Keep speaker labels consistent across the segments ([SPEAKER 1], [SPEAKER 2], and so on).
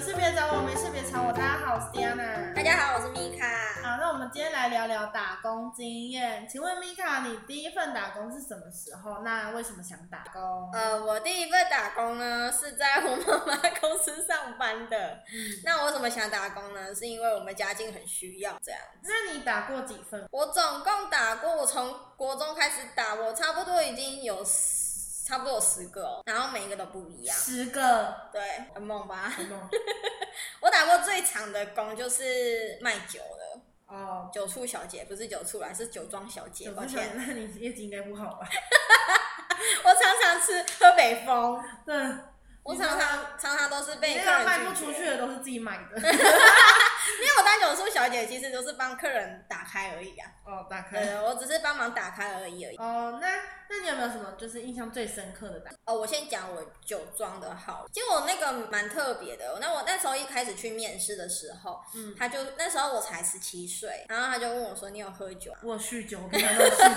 [SPEAKER 1] 事别找我，没事别吵我。大家好，我是 Diana。
[SPEAKER 2] 大家好，我是米卡。
[SPEAKER 1] 好，那我们今天来聊聊打工经验。请问 Mika，你第一份打工是什么时候？那为什么想打工？
[SPEAKER 2] 呃，我第一份打工呢是在我妈妈公司上班的。
[SPEAKER 1] 嗯
[SPEAKER 2] 那我怎么想打工呢？是因为我们家境很需要这样。
[SPEAKER 1] 那你打过几份？
[SPEAKER 2] 我总共打过，我从国中开始打，我差不多已经有十差不多有十个哦，然后每一个都不一样。
[SPEAKER 1] 十个。
[SPEAKER 2] 对，很猛吧？
[SPEAKER 1] 梦
[SPEAKER 2] 我打过最长的工就是卖酒的，
[SPEAKER 1] 哦，
[SPEAKER 2] 酒醋小姐不是酒醋啦，是酒庄小姐。
[SPEAKER 1] 有
[SPEAKER 2] 抱
[SPEAKER 1] 不
[SPEAKER 2] 歉
[SPEAKER 1] 想，，那你业绩应该不 好吧？
[SPEAKER 2] 我常常吃喝北风，
[SPEAKER 1] 对，
[SPEAKER 2] 我常常常常都是被
[SPEAKER 1] 你
[SPEAKER 2] 客
[SPEAKER 1] 那个
[SPEAKER 2] 人
[SPEAKER 1] 卖
[SPEAKER 2] 拒
[SPEAKER 1] 不出
[SPEAKER 2] 绝
[SPEAKER 1] 去的都是自己买的。
[SPEAKER 2] 因为我当酒宿小姐，其实都是帮客人打开而已啊。
[SPEAKER 1] 哦，打开。
[SPEAKER 2] 呃，我只是帮忙打开而已而已。
[SPEAKER 1] 哦，那那你有没有什么就是印象最深刻的打工？
[SPEAKER 2] 哦，我先讲我酒庄的好，其实我那个蛮特别的。那我那时候一开始去面试的时候，
[SPEAKER 1] 嗯，
[SPEAKER 2] 他就那时候我才十七岁，然后他就问我说：“你有喝酒 啊？”
[SPEAKER 1] 我有酗酒，我跟他说酗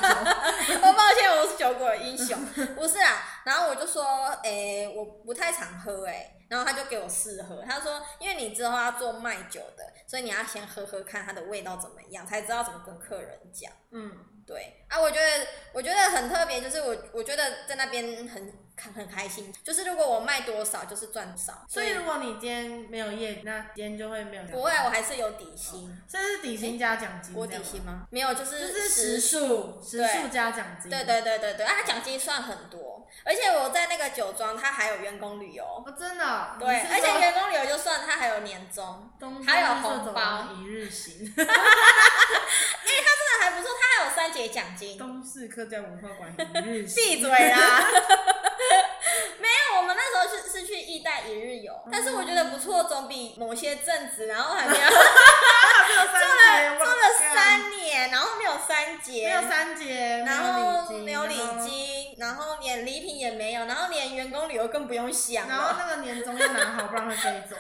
[SPEAKER 1] 酒。
[SPEAKER 2] 我抱歉，我是酒鬼英雄，不是啦。然后我就说，诶、我不太常喝、欸，然后他就给我试喝，他说，因为你之后要做卖酒的，所以你要先喝喝看它的味道怎么样，才知道怎么跟客人讲。
[SPEAKER 1] 嗯。
[SPEAKER 2] 对啊，我觉得我觉得很特别，就是我我觉得在那边很很开心，就是如果我卖多少就是赚多少，
[SPEAKER 1] 所以如果你今天没有业，那今天就会没有。
[SPEAKER 2] 不会，啊我还是有底薪。
[SPEAKER 1] 这是底薪加奖金。
[SPEAKER 2] 我底薪，吗？没有，就
[SPEAKER 1] 就是是时
[SPEAKER 2] 时
[SPEAKER 1] 数，时数加奖金。
[SPEAKER 2] 对。对对对对，啊，奖金算很多，而且我在那个酒庄，它还有员工旅游，
[SPEAKER 1] 哦，真的哦。
[SPEAKER 2] 对，而且员工旅游就算，它还有年终，
[SPEAKER 1] 且
[SPEAKER 2] 还有红包
[SPEAKER 1] 一日 行。
[SPEAKER 2] 这还不错，它还有三节奖金。
[SPEAKER 1] 东市客家文化馆一日 行。
[SPEAKER 2] 闭嘴啦！ 没有，我们那时候是是去意大一日游，但是我觉得不错，总比某些阵子，然后还没有做
[SPEAKER 1] 做
[SPEAKER 2] 了 做了，三年，然后没有三
[SPEAKER 1] 没
[SPEAKER 2] 节，
[SPEAKER 1] 有三节，
[SPEAKER 2] 然后没有礼
[SPEAKER 1] 然后。
[SPEAKER 2] 金，然后连礼品也没有，然后连员工旅游更不用想
[SPEAKER 1] 然后
[SPEAKER 2] 了，
[SPEAKER 1] 那个年终要拿好，不然会飞 走。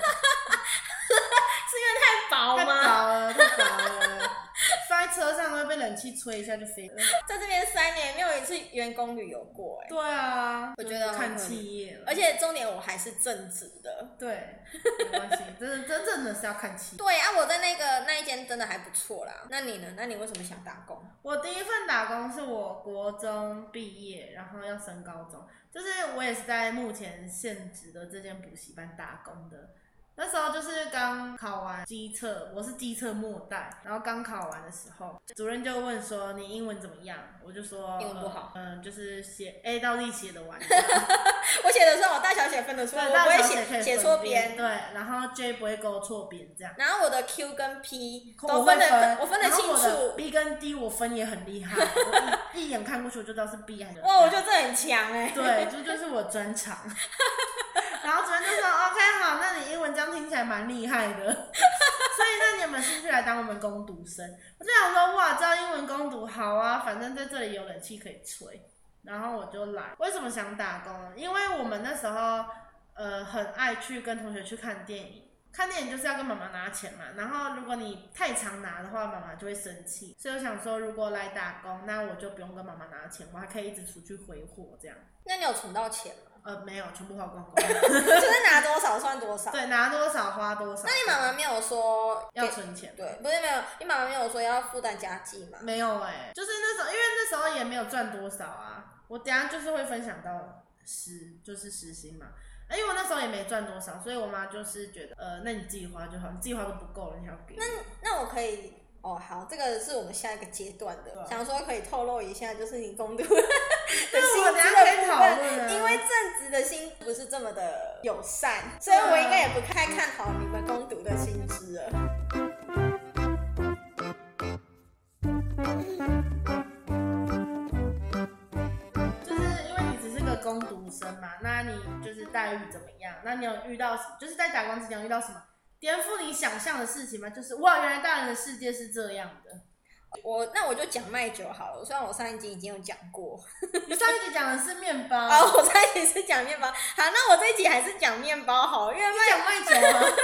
[SPEAKER 2] 太薄
[SPEAKER 1] 太
[SPEAKER 2] 吗？
[SPEAKER 1] 薄了，太薄了。塞车上会被冷气吹一下就飞了。
[SPEAKER 2] 在这边三年没有一次员工旅游过、哎，
[SPEAKER 1] 对啊，
[SPEAKER 2] 我觉得
[SPEAKER 1] 就是看
[SPEAKER 2] 很合理
[SPEAKER 1] 企业了。
[SPEAKER 2] 而且重点我还是正职的。
[SPEAKER 1] 对，没关系，真的真正的是要看气。
[SPEAKER 2] 对啊，我在那个那一间真的还不错啦。那你呢？那你为什么想打工？
[SPEAKER 1] 我第一份打工是我国中毕业，然后要升高中，就是我也是在目前现职的这间补习班打工的。那时候就是刚考完机测，我是机测末代，然后刚考完的时候，主任就问说你英文怎么样？我就说
[SPEAKER 2] 英文不好
[SPEAKER 1] 嗯、呃就是写 A 到 D 写的 完，
[SPEAKER 2] 我写的时候我大小写分得出来，
[SPEAKER 1] 对，
[SPEAKER 2] 我不会
[SPEAKER 1] 大小可
[SPEAKER 2] 写
[SPEAKER 1] 以
[SPEAKER 2] 写
[SPEAKER 1] 分
[SPEAKER 2] 错
[SPEAKER 1] 边，
[SPEAKER 2] 边。
[SPEAKER 1] 对，然后 J 不会勾错边这样。
[SPEAKER 2] 然后我的 Q 跟 P
[SPEAKER 1] 我
[SPEAKER 2] 都
[SPEAKER 1] 会
[SPEAKER 2] 分得，我
[SPEAKER 1] 分
[SPEAKER 2] 分得
[SPEAKER 1] 然后
[SPEAKER 2] 清
[SPEAKER 1] 我的
[SPEAKER 2] 楚。
[SPEAKER 1] B 跟 D 我分也很厉害，我一一 眼看过去我就知道是 B 还是 D
[SPEAKER 2] 哇，我觉得这很强哎、
[SPEAKER 1] 对，这就是我专长。 然后主任就说：“OK，好，哦那你英文这样听起来蛮厉害的，所以那你有没有兴趣来当我们攻读生？”我就想说：“哇，知道英文攻读好啊，反正在这里有冷气可以吹。”然后我就来。为什么想打工？因为我们那时候呃很爱去跟同学去看电影。看电影就是要跟妈妈拿钱嘛，然后如果你太常拿的话，妈妈就会生气。所以我想说，如果来打工，那我就不用跟妈妈拿钱，我还可以一直出去挥霍这样。
[SPEAKER 2] 那你有存到钱吗？
[SPEAKER 1] 呃，没有，全部花光光。
[SPEAKER 2] 就是拿多少算多 少。
[SPEAKER 1] 对，拿多少花多少。
[SPEAKER 2] 那你妈妈没有说
[SPEAKER 1] 要
[SPEAKER 2] 给
[SPEAKER 1] 存钱？
[SPEAKER 2] 对，，不是没有，你妈妈没有说要负担家计吗？
[SPEAKER 1] 没有哎、就是那时候，因为那时候也没有赚多少啊。我等一下就是会分享到时，就是时薪嘛。啊因为我那时候也没赚多少，所以我妈就是觉得，呃，那你自己花就好，你自己花都不够了，你还要给我。
[SPEAKER 2] 那我可以哦，好，这个是我们下一个阶段
[SPEAKER 1] 对
[SPEAKER 2] 的，想说可以透露一下，就是你攻读 的薪
[SPEAKER 1] 那我等
[SPEAKER 2] 资
[SPEAKER 1] 一下可
[SPEAKER 2] 的
[SPEAKER 1] 以
[SPEAKER 2] 部
[SPEAKER 1] 讨
[SPEAKER 2] 分，
[SPEAKER 1] 论啊。
[SPEAKER 2] 因为正职的薪不是这么的友善，所以
[SPEAKER 1] 啊
[SPEAKER 2] 我应该也不太看好你们攻读的薪资了。
[SPEAKER 1] 就是因为你只是个工读生嘛，那你就是待遇怎么样？那你有遇到什就是在打工之前有遇到什么颠覆你想象的事情吗？就是哇，原来大人的世界是这样的。
[SPEAKER 2] 我那我就讲卖酒好了，虽然我上一集已经有讲过，
[SPEAKER 1] 你上一集讲的是面包，
[SPEAKER 2] 哦，我上一集是讲面包，好，那我这一集还是讲面包好了，因为
[SPEAKER 1] 你讲卖酒吗？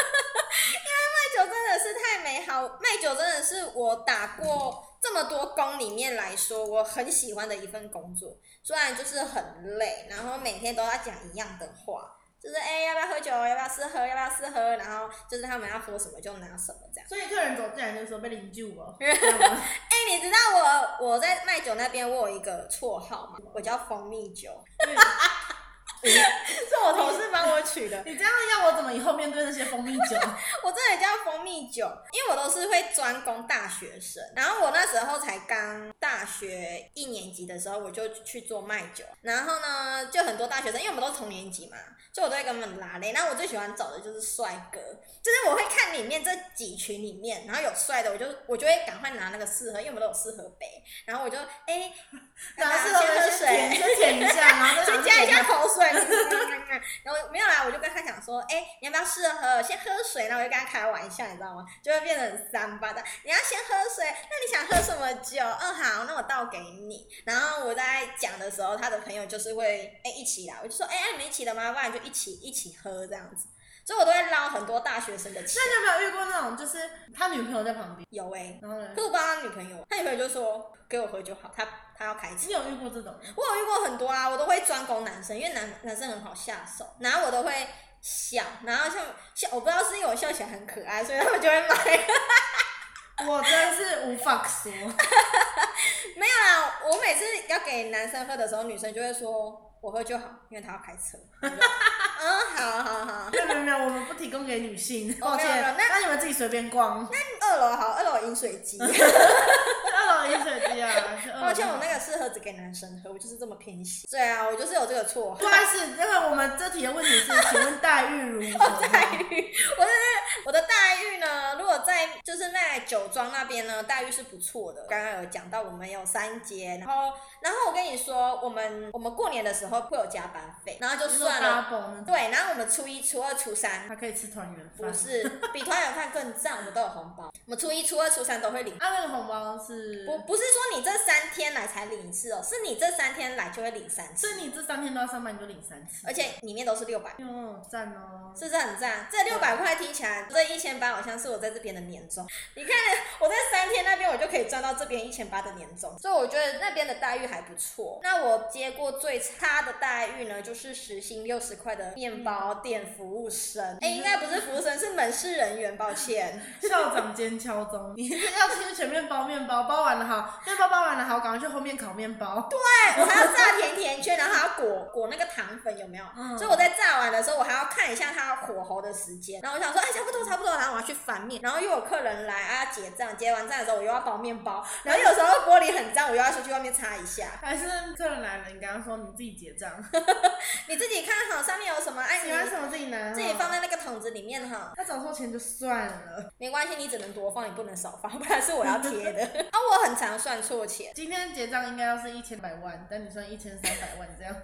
[SPEAKER 2] 卖酒真的是太美好，卖酒真的是我打过这么多工里面来说，我很喜欢的一份工作。虽然就是很累，然后每天都要讲一样的话，就是哎、要不要喝酒，要不要试喝，要不要试喝，然后就是他们要喝什么就拿什么这 样。
[SPEAKER 1] 所以客人走进来就说被领救了，这样吗
[SPEAKER 2] 哎、你知道我我在卖酒那边我有一个绰号吗？我叫蜂蜜酒， 是我同事帮我取的。
[SPEAKER 1] 你这样要我怎么以后面对那些蜂蜜酒？
[SPEAKER 2] 我真的叫蜂蜜酒，因为我都是会专攻大学生。然后我那时候才刚大学一年级的时候，我就去做卖酒。然后呢，就很多大学生，因为我们都是同年级嘛，所以我都会跟他们拉嘞。然后我最喜欢找的就是帅哥，就是我会看里面这几群里面，然后有帅的，我就我就会赶快拿那个试喝，因为我们都有试喝杯。然后我就哎，
[SPEAKER 1] 然后是
[SPEAKER 2] 拿先
[SPEAKER 1] 先
[SPEAKER 2] 喝
[SPEAKER 1] 舔，
[SPEAKER 2] 水。
[SPEAKER 1] 先舔一下，然后 再
[SPEAKER 2] 再
[SPEAKER 1] 拿
[SPEAKER 2] 加一
[SPEAKER 1] 去
[SPEAKER 2] 下口水，然后没有啦，我就跟他讲说，哎、你要不要试着喝？先喝水，然后我就跟他开玩笑，你知道吗？就会变得很三八的。你要先喝水，那你想喝什么酒？嗯，好，那我倒给你。然后我在讲的时候，他的朋友就是会，哎、一起啦，我就说，哎、那你们一起的吗？不然就一起一起喝这样子。所以我都会捞很多大学生的钱。
[SPEAKER 1] 那你有没有遇过那种，就是他女朋友在旁边，
[SPEAKER 2] 有哎、
[SPEAKER 1] 然后呢
[SPEAKER 2] 可，是我不知道他女朋友，他女朋友就说给我喝就好，他他要开车。
[SPEAKER 1] 你有遇过这种吗？
[SPEAKER 2] 我有遇过很多啊，我都会专攻男生，因为男男生很好下手，然后我都会笑，然后像笑，我不知道是因为我笑起来很可爱， 所以他们就会买。
[SPEAKER 1] 我真是无法说，
[SPEAKER 2] 没有啦，我每次要给男生喝的时候，女生就会说我喝就好，因为他要开车。 我就嗯，好好好，
[SPEAKER 1] 没有没有没有，我们不提供给女性，
[SPEAKER 2] 哦
[SPEAKER 1] 抱
[SPEAKER 2] 没有没有
[SPEAKER 1] 歉，
[SPEAKER 2] 那
[SPEAKER 1] 那你们自己随便 逛，
[SPEAKER 2] 二楼好，二楼饮水机。
[SPEAKER 1] 二楼饮水机啊，去二楼
[SPEAKER 2] 抱歉，我那个适合只给男生喝，我就是这么偏心。对啊，我就是有这个错。
[SPEAKER 1] 不好意思，那个我们这题的问题是，请问待遇如 何？
[SPEAKER 2] 哦待遇，我的我的待遇呢？如果在就是在酒庄那边呢，待遇是不错的。刚刚有讲到我们有三节，然后然后我跟你说，我们我们过年的时候会有加班费，然后就
[SPEAKER 1] 你说
[SPEAKER 2] 算了。
[SPEAKER 1] double 呢？
[SPEAKER 2] 对，然后我们初一、初二、初三
[SPEAKER 1] 还可以吃团圆
[SPEAKER 2] 不
[SPEAKER 1] 饭。
[SPEAKER 2] 是比团圆饭更赞，我们都有红包。我们初一、初二、初三都会领。
[SPEAKER 1] 啊，那个红包是，
[SPEAKER 2] 不不是说你这三天来才领一次哦，是你这三天来就会领三
[SPEAKER 1] 所
[SPEAKER 2] 次，
[SPEAKER 1] 以你这三天都要上班，你就领三次。
[SPEAKER 2] 而且里面都是六百。
[SPEAKER 1] 哟，赞哦！
[SPEAKER 2] 是不是很赞？这六百块听起来，这一千八好像是我在这边的年终。你看，我在三天那边，我就可以赚到这边一千八的年终，所以我觉得那边的待遇还不错。那我接过最差的待遇呢，就是时薪六十块的面包店服务生。哎、应该不是服务生，是门市人员，抱歉。
[SPEAKER 1] 校长兼敲 钟，你是要去前面包面包，包完了好，面包包完了好，赶快去后面烤面包。
[SPEAKER 2] 对啊我还要炸甜甜圈，然后还要裹裹那个糖粉，有没有？
[SPEAKER 1] 嗯
[SPEAKER 2] 所以我在炸完的时候，我还要看一下它火候的时间，然后我想说，哎，差不多差不多，然后我要去翻面，然后又有客人来啊结账，结完账的时候我又要包面包，然后有时候玻璃很脏，我又要出去外面擦一下。
[SPEAKER 1] 还是客人来了，你跟他说你自己结账，
[SPEAKER 2] 你自己看好上面有什么，哎，
[SPEAKER 1] 喜欢
[SPEAKER 2] 你
[SPEAKER 1] 什么自己拿，
[SPEAKER 2] 自己放。在那个桶子里面哈。
[SPEAKER 1] 他找错钱就算了。
[SPEAKER 2] 没关系，你只能多放，你不能少放，不然是我要贴的。 啊，我很常算错钱。
[SPEAKER 1] 今天结账应该要是一千百万，但你算一千三百万这 样，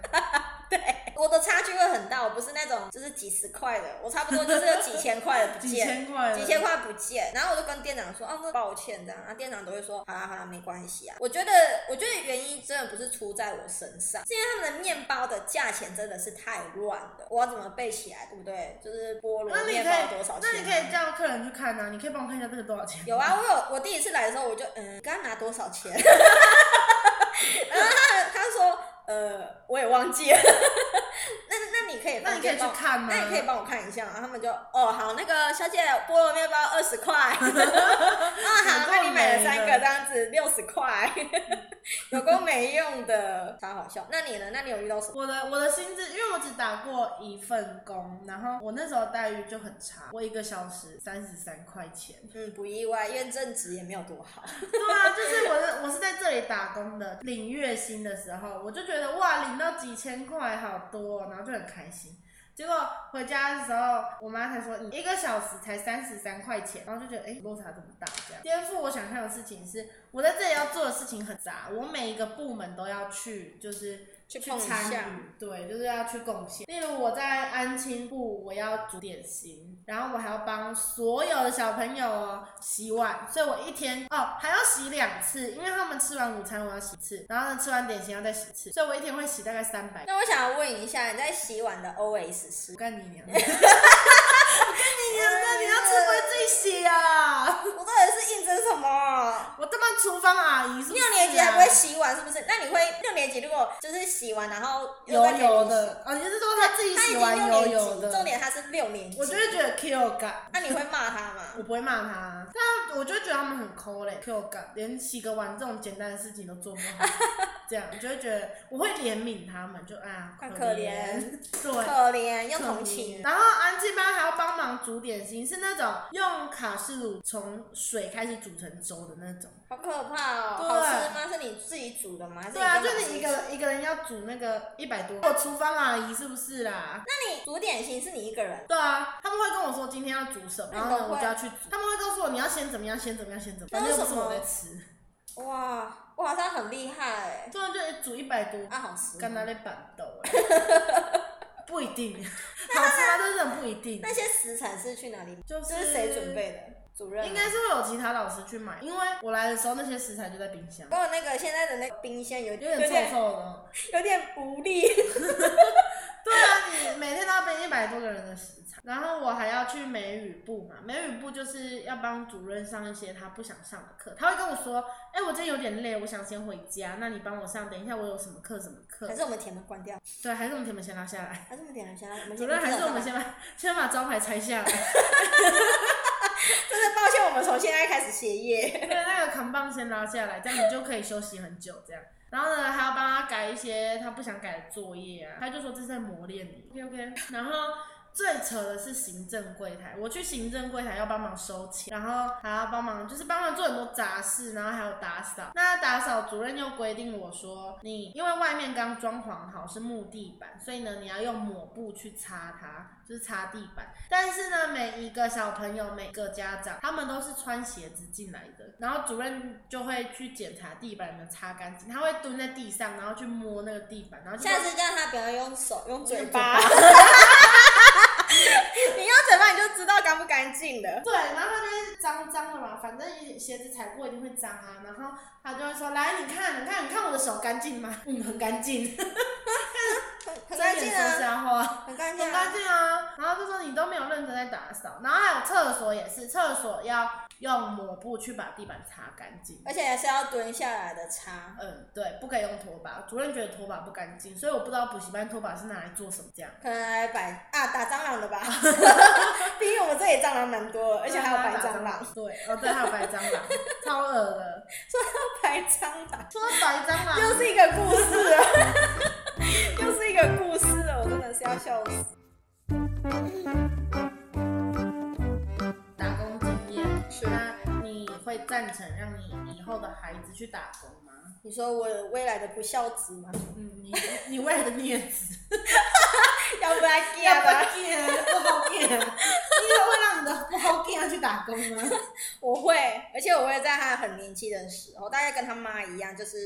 [SPEAKER 2] 我的差距会很大，我不是那种就是几十块的，我差不多就是有几千块的不
[SPEAKER 1] 几
[SPEAKER 2] 见。
[SPEAKER 1] 千块了，
[SPEAKER 2] 几千块不见，然后我就跟店长说，哦，那抱歉这样，啊，店长都会说，好啦好啦，没关系啊。我觉得，我觉得原因真的不是出在我身上，是因为他们的面包的价钱真的是太乱了，我要怎么背起来，对不对？就是菠
[SPEAKER 1] 那
[SPEAKER 2] 萝
[SPEAKER 1] 你可
[SPEAKER 2] 面
[SPEAKER 1] 以
[SPEAKER 2] 包多少钱？啊
[SPEAKER 1] 那你可以。叫客人去看啊，你可以帮我看一下这个多少钱。
[SPEAKER 2] 有啊，我有，我第一次来的时候，我就嗯，刚拿多少钱？ 然后他他说，呃，我也忘记了。 那那你可以，
[SPEAKER 1] 那你可以去看吗
[SPEAKER 2] 那你可以帮我看一下吗，然后他们就哦好，那个小姐菠萝面包二十 块，啊好，那你买了三个这样子六十块， 有够没用的，超好笑。那你呢？那你有遇到什么？
[SPEAKER 1] 我的我的薪资，因为我只打过一份工，然后我那时候待遇就很差，我一个小时三十三块 钱。
[SPEAKER 2] 嗯，不意外，因为正职也没有多好。
[SPEAKER 1] 对啊，就是我的我是在这里打工的，领月薪的时候，我就觉得哇，领到几千块好多哦，然后就很开心。结果回家的时候，我妈才说你一个小时才三十三块钱，然后就觉得哎、诶落差这么大，这样颠覆我想象的事情是，我在这里要做的事情很杂，我每一个部门都要去，就是
[SPEAKER 2] 去
[SPEAKER 1] 去
[SPEAKER 2] 碰一
[SPEAKER 1] 参
[SPEAKER 2] 下
[SPEAKER 1] 与，对，就是要去贡献。例如我在安亲部，我要煮点心，然后我还要帮所有的小朋友哦洗碗，所以我一天哦还要洗两次，因为他们吃完午餐我要洗一次，然后呢吃完点心要再洗一次，所以我一天会洗大概三百。
[SPEAKER 2] 那我想要问一下，你在洗碗的 OS 是
[SPEAKER 1] 我干你娘！我 干你 娘的！你要吃亏自己洗啊！
[SPEAKER 2] 我到底是应征什么？
[SPEAKER 1] 我他妈厨房阿姨你是不是、
[SPEAKER 2] 六
[SPEAKER 1] 啊、
[SPEAKER 2] 年级还不会洗碗，是不是？那你会六年级如果就是洗完然后又
[SPEAKER 1] 油
[SPEAKER 2] 再给你
[SPEAKER 1] 油
[SPEAKER 2] 洗，
[SPEAKER 1] 的啊？你是说他自己
[SPEAKER 2] 他已
[SPEAKER 1] 洗
[SPEAKER 2] 经六
[SPEAKER 1] 完油
[SPEAKER 2] 年级，
[SPEAKER 1] 油
[SPEAKER 2] 重
[SPEAKER 1] 的？
[SPEAKER 2] 点他是六年级，
[SPEAKER 1] 我就会觉得 Q 感，
[SPEAKER 2] 那你会骂他吗？
[SPEAKER 1] 我不会骂他，啊但我就觉得他们很抠嘞，Q 感，连洗个碗这种简单的事情都做不好，这样我就会觉得我会怜悯他们，就啊，
[SPEAKER 2] 快可
[SPEAKER 1] 可
[SPEAKER 2] 怜，
[SPEAKER 1] 对，
[SPEAKER 2] 可怜，用
[SPEAKER 1] 特
[SPEAKER 2] 同
[SPEAKER 1] 别
[SPEAKER 2] 情。
[SPEAKER 1] 然后安静班还要帮忙煮点心，是那种用卡式炉从水开始煮成粥的那种。
[SPEAKER 2] 好可怕哦！
[SPEAKER 1] 对
[SPEAKER 2] 好吃吗？是你自己煮的吗？还是
[SPEAKER 1] 对啊，
[SPEAKER 2] 你
[SPEAKER 1] 就
[SPEAKER 2] 跟老
[SPEAKER 1] 是
[SPEAKER 2] 师
[SPEAKER 1] 一个一个人要煮那个一百多，我厨房阿姨是不是啦？
[SPEAKER 2] 那你煮点心是你一个人，
[SPEAKER 1] 对啊，他们会跟我说今天要煮什么，然后
[SPEAKER 2] 那
[SPEAKER 1] 呢
[SPEAKER 2] 你都
[SPEAKER 1] 我
[SPEAKER 2] 会
[SPEAKER 1] 就要去煮。他们会告诉我你要先怎么样，先怎么样，先怎么样，
[SPEAKER 2] 那
[SPEAKER 1] 反
[SPEAKER 2] 为
[SPEAKER 1] 正
[SPEAKER 2] 什
[SPEAKER 1] 又
[SPEAKER 2] 么
[SPEAKER 1] 不是我在吃。
[SPEAKER 2] 哇，我好像很厉害哎、
[SPEAKER 1] 对啊，就煮一百多，
[SPEAKER 2] 啊，好吃
[SPEAKER 1] 干
[SPEAKER 2] 吗。
[SPEAKER 1] 他那板豆欸， 不一定，好吃吗？这真的不一定，
[SPEAKER 2] 那些食材是去哪里？
[SPEAKER 1] 就
[SPEAKER 2] 这是谁准？备的？主任吗啊
[SPEAKER 1] 应该是会有其他老师去买，因为我来的时候那些食材就在冰箱，
[SPEAKER 2] 跟我那个现在的那个冰箱有
[SPEAKER 1] 有
[SPEAKER 2] 点
[SPEAKER 1] 点臭臭的。
[SPEAKER 2] 有点不利。
[SPEAKER 1] 对啊，你每天都要背一百多个人的食材，然后我还要去美语部嘛，美语部就是要帮主任上一些他不想上的课，他会跟我说，哎、我今天有点累，我想先回家，那你帮我上，等一下我有什么课什么课
[SPEAKER 2] 还，是我们填门关掉？
[SPEAKER 1] 对，还是我们填本先拉下来。
[SPEAKER 2] 还是我们填门先来？我们
[SPEAKER 1] 主任还是我们先
[SPEAKER 2] 先，
[SPEAKER 1] 把 先把招牌拆下来，
[SPEAKER 2] 真的抱歉，我们从现在开始歇 业。
[SPEAKER 1] 对，那个扛棒先拉下来，这样你就可以休息很久，这样。然后呢，还要帮他改一些他不想改的作业啊，他就说这是在磨练你，OK OK。然后最扯的是行政柜台，我去行政柜台要帮忙收钱，然后还要帮忙就是帮忙做很多杂事，然后还有打扫。那打扫主任又规定我说，你因为外面刚装潢好是木地板，所以呢你要用抹布去擦它，就是擦地板。但是呢，每一个小朋友、每个家长，他们都是穿鞋子进来的，然后主任就会去检查地板有没有擦干净，他会蹲在地上，然后去摸那个地板，然后就
[SPEAKER 2] 下次叫他不要用手，用嘴巴。
[SPEAKER 1] 用
[SPEAKER 2] 你用嘴巴你就知道干不干净了。
[SPEAKER 1] 对，然后他就是脏脏的嘛，反正鞋子踩过一定会脏啊。然后他就会说：“来，你看，你看，你看我的手干净吗？” 嗯，很干净，
[SPEAKER 2] 很
[SPEAKER 1] 睁
[SPEAKER 2] 很干
[SPEAKER 1] 眼
[SPEAKER 2] 净
[SPEAKER 1] 说
[SPEAKER 2] 啊，
[SPEAKER 1] 瞎话。
[SPEAKER 2] 很干净
[SPEAKER 1] 很
[SPEAKER 2] 啊。
[SPEAKER 1] 干净啊。然后就说你都没有认真在打扫，然后还有厕所也是，厕所要用抹布去把地板擦干净。
[SPEAKER 2] 而且还是要蹲下来的擦。
[SPEAKER 1] 嗯，对，不可以用拖把。主任觉得拖把不干净，所以我不知道补习班拖把是拿来做什么这样。
[SPEAKER 2] 可能还摆啊打蟑螂的吧，毕竟我们这里蟑螂蛮多的，而且还有白蟑螂，，
[SPEAKER 1] 对，哦对，还有白蟑螂，超恶 的。
[SPEAKER 2] 白蟑螂
[SPEAKER 1] 说白蟑螂，
[SPEAKER 2] 又是一个故事啊， 又是一个故事了，我真的是要笑死。
[SPEAKER 1] 打工经验，
[SPEAKER 2] 是
[SPEAKER 1] 那你会赞成让你以后的孩子去打工吗？
[SPEAKER 2] 你说我未来的不孝子吗？
[SPEAKER 1] 嗯，你 你未来的孽子，
[SPEAKER 2] 要不然给
[SPEAKER 1] 要不
[SPEAKER 2] 吧，
[SPEAKER 1] 然不好干，你也会让你的不好干去打工吗？
[SPEAKER 2] 我会，而且我会在他很年轻的时候，大概跟他妈一样，就是。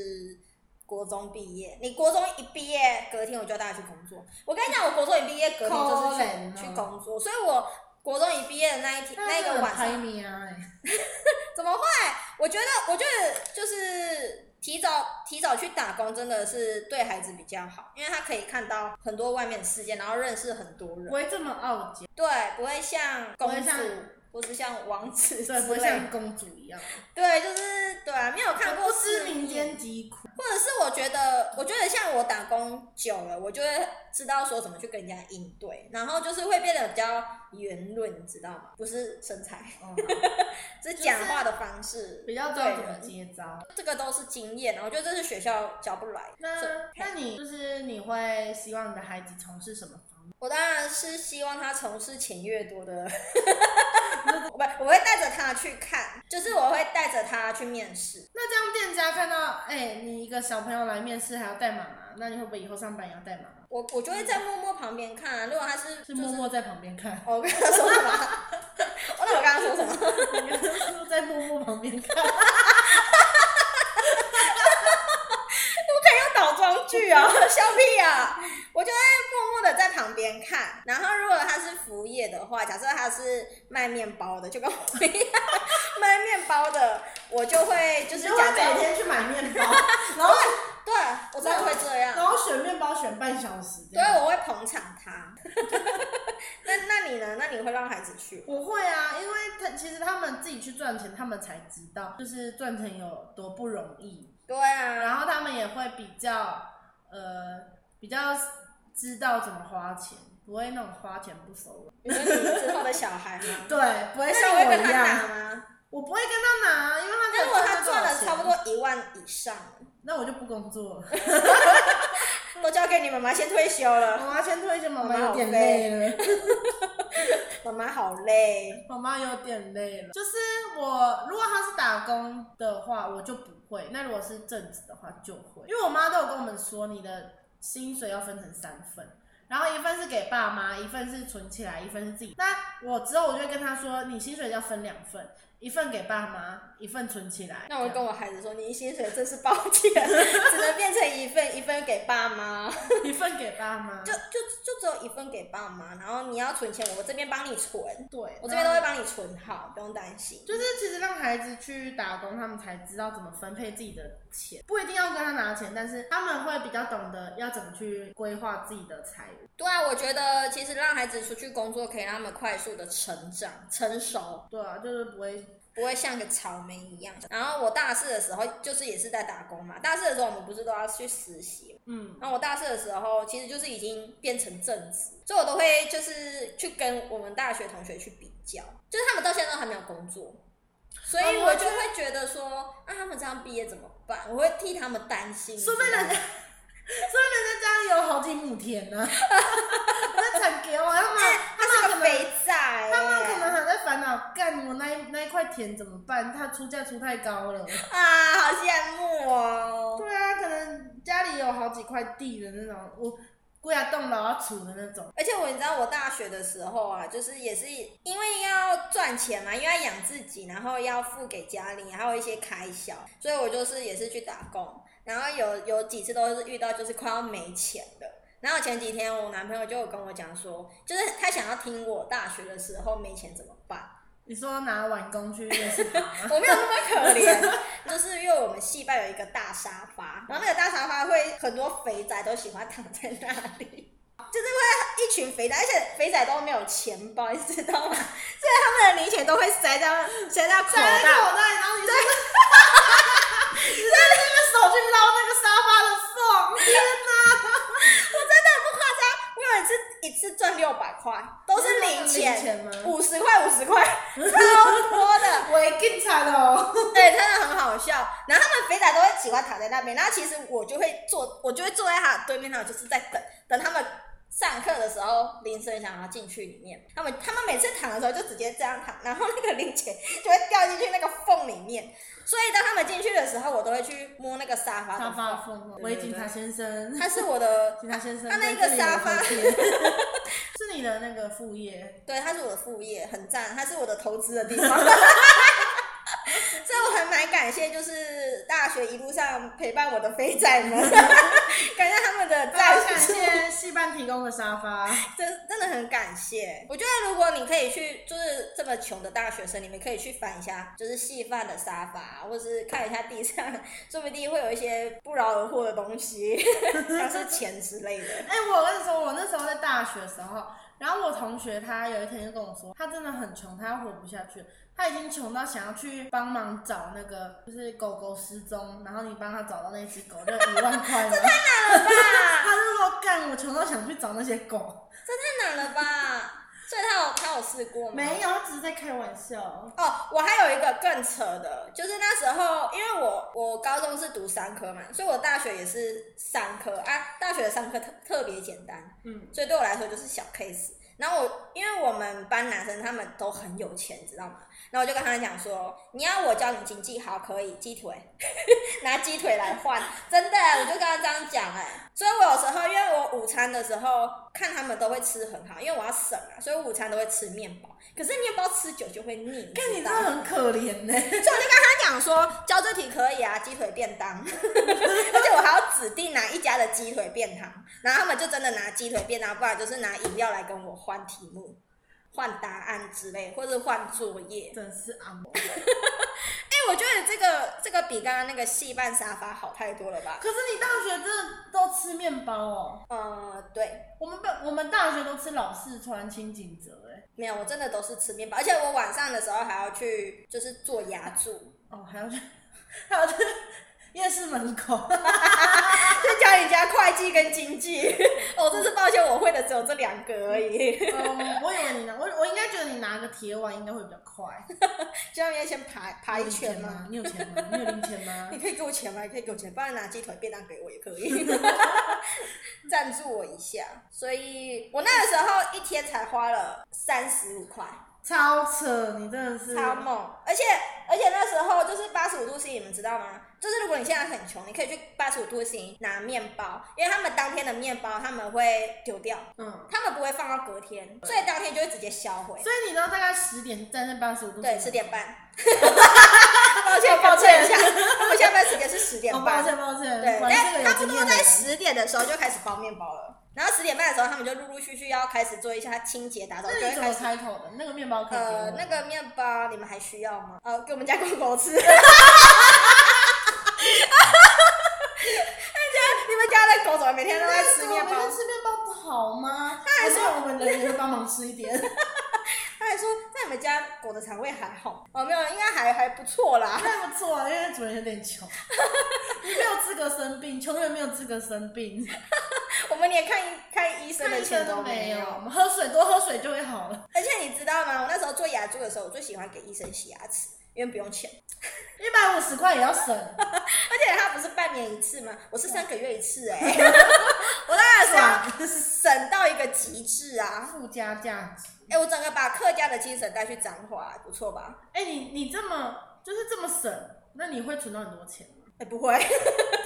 [SPEAKER 2] 国中毕业，你国中一毕业，隔天我就要带他去工作。我跟你讲，我国中一毕业，隔天就是
[SPEAKER 1] 可怜哦
[SPEAKER 2] 去去工作，所以我国中一毕业的那一天，那一个晚上
[SPEAKER 1] 拍你啊，
[SPEAKER 2] 怎么会？我觉得，我觉得就是提早提早去打工，真的是对孩子比较好，因为他可以看到很多外面的世界，然后认识很多
[SPEAKER 1] 不
[SPEAKER 2] 人。
[SPEAKER 1] 会这么傲娇，
[SPEAKER 2] 对，不会像公
[SPEAKER 1] 不会
[SPEAKER 2] 主
[SPEAKER 1] 像，
[SPEAKER 2] 不是像王子之
[SPEAKER 1] 对，不会
[SPEAKER 2] 类的
[SPEAKER 1] 像公主一样，
[SPEAKER 2] 对，就是对啊，没有看过
[SPEAKER 1] 不知
[SPEAKER 2] 世面
[SPEAKER 1] 民间疾苦。
[SPEAKER 2] 或者是我觉得，我觉得像我打工久了，我就会知道说怎么去跟人家应对，然后就是会变得比较圆润，你知道吗？不是身材，是讲话的方式。
[SPEAKER 1] 哦 比较知道怎么接招。
[SPEAKER 2] 这个都是经验，我觉得这是学校教不来。
[SPEAKER 1] 那
[SPEAKER 2] 所以
[SPEAKER 1] 那你就是你会希望你的孩子从事什么方面？
[SPEAKER 2] 我当然是希望他从事钱越多 的，我不，我会带着他去看，就是我会带着他去面试。
[SPEAKER 1] 那这样店家看到，哎、你一个小朋友来面试还要带妈妈，那你会不会以后上班也要带妈妈？
[SPEAKER 2] 我我就会在默默旁边看、啊，如果他是
[SPEAKER 1] 是
[SPEAKER 2] 就是
[SPEAKER 1] 默默在旁边看，
[SPEAKER 2] 哦我跟他说什么啊？我怎么刚刚说什么？
[SPEAKER 1] 你 就是在默默旁 边看，
[SPEAKER 2] 要倒装句哦， 笑屁啊！我就会默默的在旁边看，然后如果他是服务业的话，假设他是卖面包的，就跟我一样卖面包的，我就会就是
[SPEAKER 1] 你
[SPEAKER 2] 假
[SPEAKER 1] 会
[SPEAKER 2] 装
[SPEAKER 1] 每天去买面包，然后
[SPEAKER 2] 对，我真的会这样，
[SPEAKER 1] 然后选面包选半小时这
[SPEAKER 2] 对，
[SPEAKER 1] 样。
[SPEAKER 2] 我会捧场他。那那那你呢？那你会让孩子去吗？
[SPEAKER 1] 我会啊，因为他其实他们自己去赚钱，他们才知道就是赚钱有多不容易，
[SPEAKER 2] 对啊，
[SPEAKER 1] 然后他们也会比较呃比较知道怎么花钱，不会那种花钱不手软，？
[SPEAKER 2] 你说你之后的小孩吗
[SPEAKER 1] 对，不
[SPEAKER 2] 那
[SPEAKER 1] 会
[SPEAKER 2] 你
[SPEAKER 1] 像
[SPEAKER 2] 会
[SPEAKER 1] 我
[SPEAKER 2] 跟
[SPEAKER 1] 一
[SPEAKER 2] 他
[SPEAKER 1] 样，
[SPEAKER 2] 打吗？
[SPEAKER 1] 我不会跟他拿，因为他
[SPEAKER 2] 那如果他赚
[SPEAKER 1] 多
[SPEAKER 2] 了
[SPEAKER 1] 少钱
[SPEAKER 2] 差不，多一万以上，
[SPEAKER 1] 那我就不工作了，
[SPEAKER 2] 都交给你妈妈先退休
[SPEAKER 1] 我
[SPEAKER 2] 了。
[SPEAKER 1] 妈先退休，妈
[SPEAKER 2] 妈
[SPEAKER 1] 妈有
[SPEAKER 2] 好
[SPEAKER 1] 点
[SPEAKER 2] 累
[SPEAKER 1] 累了。
[SPEAKER 2] 妈妈好累，
[SPEAKER 1] 妈妈有点累了，就是我如果他是打工的话，我就不会；那如果是正职的话，就会。因为我妈都有跟我们说，你的薪水要分成三份，然后一份是给爸妈，一份是存起来，一份是自己。那我之后我就会跟她说，你薪水要分两份，一份给爸妈，一份存起来。
[SPEAKER 2] 那我
[SPEAKER 1] 这样
[SPEAKER 2] 会跟我孩子说，你薪水真是抱 歉，只能变成一份一份给爸妈，
[SPEAKER 1] 一份给爸妈，
[SPEAKER 2] 就就就只有一份给爸妈，然后你要存钱，我这边帮你存，
[SPEAKER 1] 对，
[SPEAKER 2] 我这边都会
[SPEAKER 1] 然后
[SPEAKER 2] 帮你存好，不用担心。
[SPEAKER 1] 就是其实让孩子去打工，他们才知道怎么分配自己的钱，不一定要跟他拿钱，但是他们会比较懂得要怎么去规划自己的财务。
[SPEAKER 2] 对啊，我觉得其实让孩子出去工作，可以让他们快速的成长、成熟，
[SPEAKER 1] 对啊，就是不会
[SPEAKER 2] 不会像个草莓一样。然后我大四的时候，就是也是在打工嘛。大四的时候，我们不是都要去实习嘛？
[SPEAKER 1] 嗯
[SPEAKER 2] 然后我大四的时候，其实就是已经变成正职，所以我都会就是去跟我们大学同学去比较，就是他们到现在都还没有工作，所以
[SPEAKER 1] 哦
[SPEAKER 2] 我
[SPEAKER 1] 我
[SPEAKER 2] 就会觉得说，啊，他们这样毕业怎么办？我会替他们担心。
[SPEAKER 1] 说不定人
[SPEAKER 2] 你
[SPEAKER 1] 家，
[SPEAKER 2] 知道吗
[SPEAKER 1] 所以人家家里有好几亩田呢、 那产给我，他们
[SPEAKER 2] 他是个肥仔、
[SPEAKER 1] 他们可
[SPEAKER 2] 欸
[SPEAKER 1] 能还在烦恼，干我那一那一块田怎么办？他出价出太高了。
[SPEAKER 2] 啊，好羡慕哦。
[SPEAKER 1] 对啊，可能家里有好几块地的那种，我贵啊栋楼要处的那种。
[SPEAKER 2] 而且我你知道，我大学的时候啊，就是也是因为要赚钱嘛，因为要养自己，然后要付给家里，还有一些开销，所以我就是也是去打工。然后有有几次都是遇到就是快要没钱了。然后前几天我男朋友就有跟我讲说，就是他想要听我大学的时候没钱怎么办。
[SPEAKER 1] 你说拿碗工去认识他 吗？
[SPEAKER 2] 我没有那么可怜， 就是因为我们戏班有一个大沙发，然后那个大沙发会很多肥仔都喜欢躺在那里。 就是会一群肥仔，而且肥仔都没有钱包，你知道吗？所以他们的零钱都会塞到塞到口
[SPEAKER 1] 塞在
[SPEAKER 2] 袋。
[SPEAKER 1] 口袋，然后你对，你在那个手去捞那个沙发的缝，天哪！
[SPEAKER 2] 我真的不夸张，我有一次一次赚六百块，都是零
[SPEAKER 1] 零钱
[SPEAKER 2] 钱
[SPEAKER 1] 吗，
[SPEAKER 2] 五十块五十块，超多的。
[SPEAKER 1] 我也更惨哦。
[SPEAKER 2] 对，真的很好笑。然后他们肥仔都会喜欢躺在那边，然后其实我就会坐，我就会坐在他的对面，然后就是在等等他们上课的时候铃声响，然后进去里面。他们他们每次躺的时候就直接这样躺，然后那个零钱就会掉进去那个缝里面。所以当他们进去的时候，我都会去摸那个沙发
[SPEAKER 1] 沙
[SPEAKER 2] 的
[SPEAKER 1] 发
[SPEAKER 2] 缝。
[SPEAKER 1] 缝，
[SPEAKER 2] 对
[SPEAKER 1] 喂，警察先生，
[SPEAKER 2] 他是我的，
[SPEAKER 1] 警察先生，
[SPEAKER 2] 他那个沙发
[SPEAKER 1] 这里有空间 是你的那个副业，
[SPEAKER 2] 对，他是我的副业，很赞，他是我的投资的地方。 所以我还蛮感谢，就是大学一路上陪伴我的肥仔们， 感谢他们的
[SPEAKER 1] 再
[SPEAKER 2] 赞
[SPEAKER 1] 感
[SPEAKER 2] 助，
[SPEAKER 1] 谢戏班提供的沙发。
[SPEAKER 2] 真真的很感谢。我觉得如果你可以去，就是这么穷的大学生，你们可以去翻一下，就是戏饭的沙发，或是看一下地上，说不定会有一些不劳而获的东西，像是钱之类的。
[SPEAKER 1] 哎、我跟你说，我那时候在大学的时候，然后我同学他有一天就跟我说，他真的很穷，他活不下去了，他已经穷到想要去帮忙找那个，就是狗狗失踪，然后你帮他找到那只狗，就一万 块嘛。
[SPEAKER 2] 爸，
[SPEAKER 1] 他就说干，我穷到想去找那些狗，
[SPEAKER 2] 太难了吧？所以他有他有试过吗？
[SPEAKER 1] 没有，他只是在开玩笑。
[SPEAKER 2] 哦，我还有一个更扯的，就是那时候，因为我我高中是读三科嘛，所以我大学也是三科啊。大学的三科特特别简单，
[SPEAKER 1] 嗯，
[SPEAKER 2] 所以对我来说就是小 case。然后我因为我们班男生他们都很有钱，你知道吗？然后我就跟他讲说，你要我教你经济好可以，鸡腿 拿鸡腿来换，真的，我就跟他这样讲哎、所以我有时候因为我午餐的时候看他们都会吃很好，因为我要省啊，所以我午餐都会吃面包。可是面包吃久就会腻，你
[SPEAKER 1] 看你真
[SPEAKER 2] 知道
[SPEAKER 1] 的
[SPEAKER 2] 吗
[SPEAKER 1] 很可怜呢、
[SPEAKER 2] 所以我就跟他讲说，教这题可以啊，鸡腿便当， 而且我还要指定哪一家的鸡腿便当，然后他们就真的拿鸡腿便当，不然就是拿饮料来跟我换题目、换答案之类，或者换作业。
[SPEAKER 1] 真是啊，
[SPEAKER 2] 哎、为我觉得这个这个比刚刚那个戏办沙发好太多了吧？
[SPEAKER 1] 可是你大学真的都吃面包哦，
[SPEAKER 2] 呃，对，
[SPEAKER 1] 我们本我们大学都吃老四川清景泽哎，
[SPEAKER 2] 没有，我真的都是吃面包，而且我晚上的时候还要去就是做牙柱，
[SPEAKER 1] 哦还要去 还要去夜市门口，
[SPEAKER 2] 就教人家会计跟经济。 哦，这次抱歉，我会的只有这两个而已，
[SPEAKER 1] 嗯，我以为你拿我我应该觉得你拿个铁碗应该会比较快，
[SPEAKER 2] 就让人家先爬爬一圈嘛。
[SPEAKER 1] 你有钱吗？你有零钱吗
[SPEAKER 2] 你？可以给我钱吗？你可以给我钱，不然拿鸡腿便当给我也可以， 赞助我一下。所以我那个时候一天才花了三十五块，
[SPEAKER 1] 超扯，你真的是
[SPEAKER 2] 超猛！而且而且那时候就是八十五度 C，你们知道吗？就是如果你现在很穷，你可以去八十五度 C 拿面包，因为他们当天的面包他们会丢掉，
[SPEAKER 1] 嗯，
[SPEAKER 2] 他们不会放到隔天，所以当天就会直接销毁。
[SPEAKER 1] 所以你都大概十点站在八十五度，
[SPEAKER 2] 对，十点半。 抱歉，抱歉一下，我们下班时间是十点
[SPEAKER 1] 哦，
[SPEAKER 2] 半
[SPEAKER 1] 抱。歉抱歉，
[SPEAKER 2] 对，
[SPEAKER 1] 果然是
[SPEAKER 2] 但
[SPEAKER 1] 个
[SPEAKER 2] 差
[SPEAKER 1] 有
[SPEAKER 2] 不
[SPEAKER 1] 经
[SPEAKER 2] 多
[SPEAKER 1] 验的
[SPEAKER 2] 在
[SPEAKER 1] 人。
[SPEAKER 2] 十点的时候就开始包面包了，然后十点半的时候他们就陆陆续续要开始做一下清洁打扫，就
[SPEAKER 1] 那
[SPEAKER 2] 会
[SPEAKER 1] 你怎
[SPEAKER 2] 开
[SPEAKER 1] 么
[SPEAKER 2] 始。
[SPEAKER 1] 开口的？那个面包可以给我
[SPEAKER 2] 呃，
[SPEAKER 1] 吗
[SPEAKER 2] 那个面包你们还需要吗？呃，给我们家狗狗吃。 那家你们家的狗怎么每天都在吃面包
[SPEAKER 1] 我们？吃面包不哎好吗？他还说我们人也会帮忙吃一 点。
[SPEAKER 2] 他还说，那你们家狗的肠胃还好？哦，没有，应该还还不错啦。
[SPEAKER 1] 那不错啊，因为主人有点穷，你没有资格生病，穷人没有资格生病，
[SPEAKER 2] 我们连看医看医生
[SPEAKER 1] 看
[SPEAKER 2] 的
[SPEAKER 1] 医
[SPEAKER 2] 钱
[SPEAKER 1] 生
[SPEAKER 2] 都
[SPEAKER 1] 都没
[SPEAKER 2] 有
[SPEAKER 1] 有。。我们喝水多喝水就会好了，
[SPEAKER 2] 而且你知道吗？我那时候做牙柱的时候，我最喜欢给医生洗牙齿，因为不用钱。
[SPEAKER 1] 一百五十块也要省，
[SPEAKER 2] 而且他不是半年一次吗？我是三个月一次 哎、 我那个时候省到一个极致啊！
[SPEAKER 1] 附加价值。
[SPEAKER 2] 哎、我整个把客家的精神带去彰化，不错吧？
[SPEAKER 1] 哎、你你这么就是这么省，那你会存到很多钱哦吗？
[SPEAKER 2] 哎、不会，
[SPEAKER 1] 对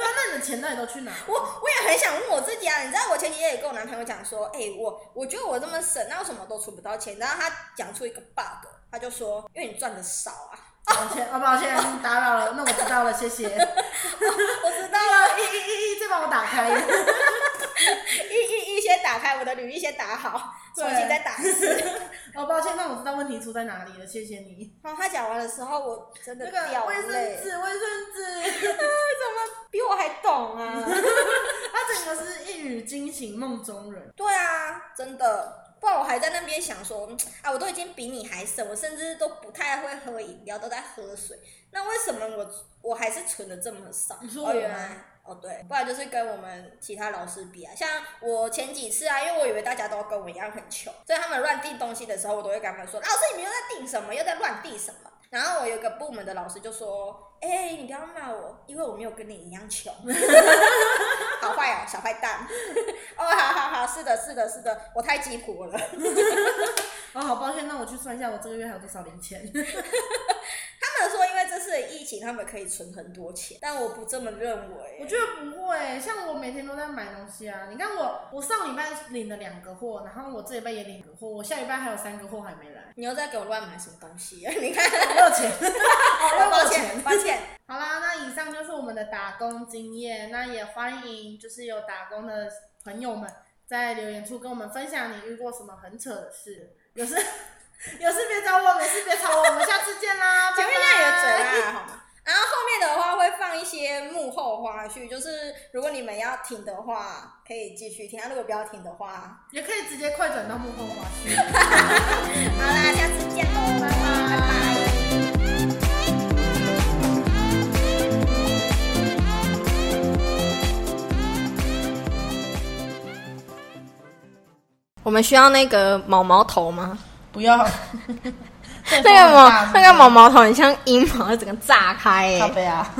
[SPEAKER 1] 啊，那你的钱到底都去哪？
[SPEAKER 2] 我我也很想问我自己啊！你知道我前几天也跟我男朋友讲说，哎、我我觉得我这么省，那我什么都存不到钱。然后他讲出一个 bug，他就说，因为你赚的少啊。
[SPEAKER 1] 抱歉，哦，抱歉，打扰了，那我知道了， 谢谢。
[SPEAKER 2] 我知道 了，
[SPEAKER 1] 一一一一，再帮我打开。
[SPEAKER 2] 一一一先打开我的履历，先打好， 重新再打一次。
[SPEAKER 1] 哦，抱歉，那我知道问题出在哪里了，谢谢你。
[SPEAKER 2] 然后他讲完的时候，我真的
[SPEAKER 1] 那
[SPEAKER 2] 掉
[SPEAKER 1] 个卫
[SPEAKER 2] 泪。
[SPEAKER 1] 生纸，卫生纸，
[SPEAKER 2] 比我还懂啊！
[SPEAKER 1] 他整个是一语惊醒梦中人。
[SPEAKER 2] 对啊，真的，不然我还在那边想说，嗯啊，我都已经比你还省，我甚至都不太会喝饮料，都在喝水。那为什么我我还是存的这么少？
[SPEAKER 1] 你说我
[SPEAKER 2] 哦
[SPEAKER 1] 啊
[SPEAKER 2] 原
[SPEAKER 1] 吗
[SPEAKER 2] 来哦，对，不然就是跟我们其他老师比啊，像我前几次啊，因为我以为大家都跟我一样很穷，所以他们乱订东西的时候，我都会跟他们说，老师你们又在订什么，又在乱订什么。然后我有一个部门的老师就说：“哎、你不要骂我，因为我没有跟你一样穷。” 好坏哦，小坏蛋。哦，好好好，是的，是的，是的，我太鸡婆了。
[SPEAKER 1] 哦，好抱歉，那我去算一下我这个月还有多少零钱。
[SPEAKER 2] 他们说，因为这次的疫情，他们可以存很多钱，但我不这么认
[SPEAKER 1] 我
[SPEAKER 2] 为。，
[SPEAKER 1] 觉得不会，像我每天都在买东西啊。你看我，我上礼拜领了两个货，然后我这礼拜也领个货，我下礼拜还有三个货还没来
[SPEAKER 2] 你又在给我乱买什么东西？啊 你看，
[SPEAKER 1] 我没有钱。
[SPEAKER 2] 哦
[SPEAKER 1] 我
[SPEAKER 2] 抱
[SPEAKER 1] 抱
[SPEAKER 2] 歉，
[SPEAKER 1] 歉
[SPEAKER 2] 抱歉。
[SPEAKER 1] 好啦，那以上就是我们的打工经验，那也欢迎就是有打工的朋友们在留言处跟我们分享你遇过什么很扯的事，有事 有事别找我，没事别吵我，我们下次见 啦，
[SPEAKER 2] 前面
[SPEAKER 1] 拜
[SPEAKER 2] 那
[SPEAKER 1] 拜
[SPEAKER 2] 也嘴啦，好吗？然后后面的话会放一些幕后花絮，就是如果你们要听的话，可以继续听；啊如果不要听的话，
[SPEAKER 1] 也可以直接快转到幕后花絮。
[SPEAKER 2] 好啦，下次见喽，拜拜。拜拜我们需要那个毛毛头吗？
[SPEAKER 1] 不 要，
[SPEAKER 2] 哎 那个毛那个毛毛头很像阴毛，整个炸开、欸。
[SPEAKER 1] 杯啊。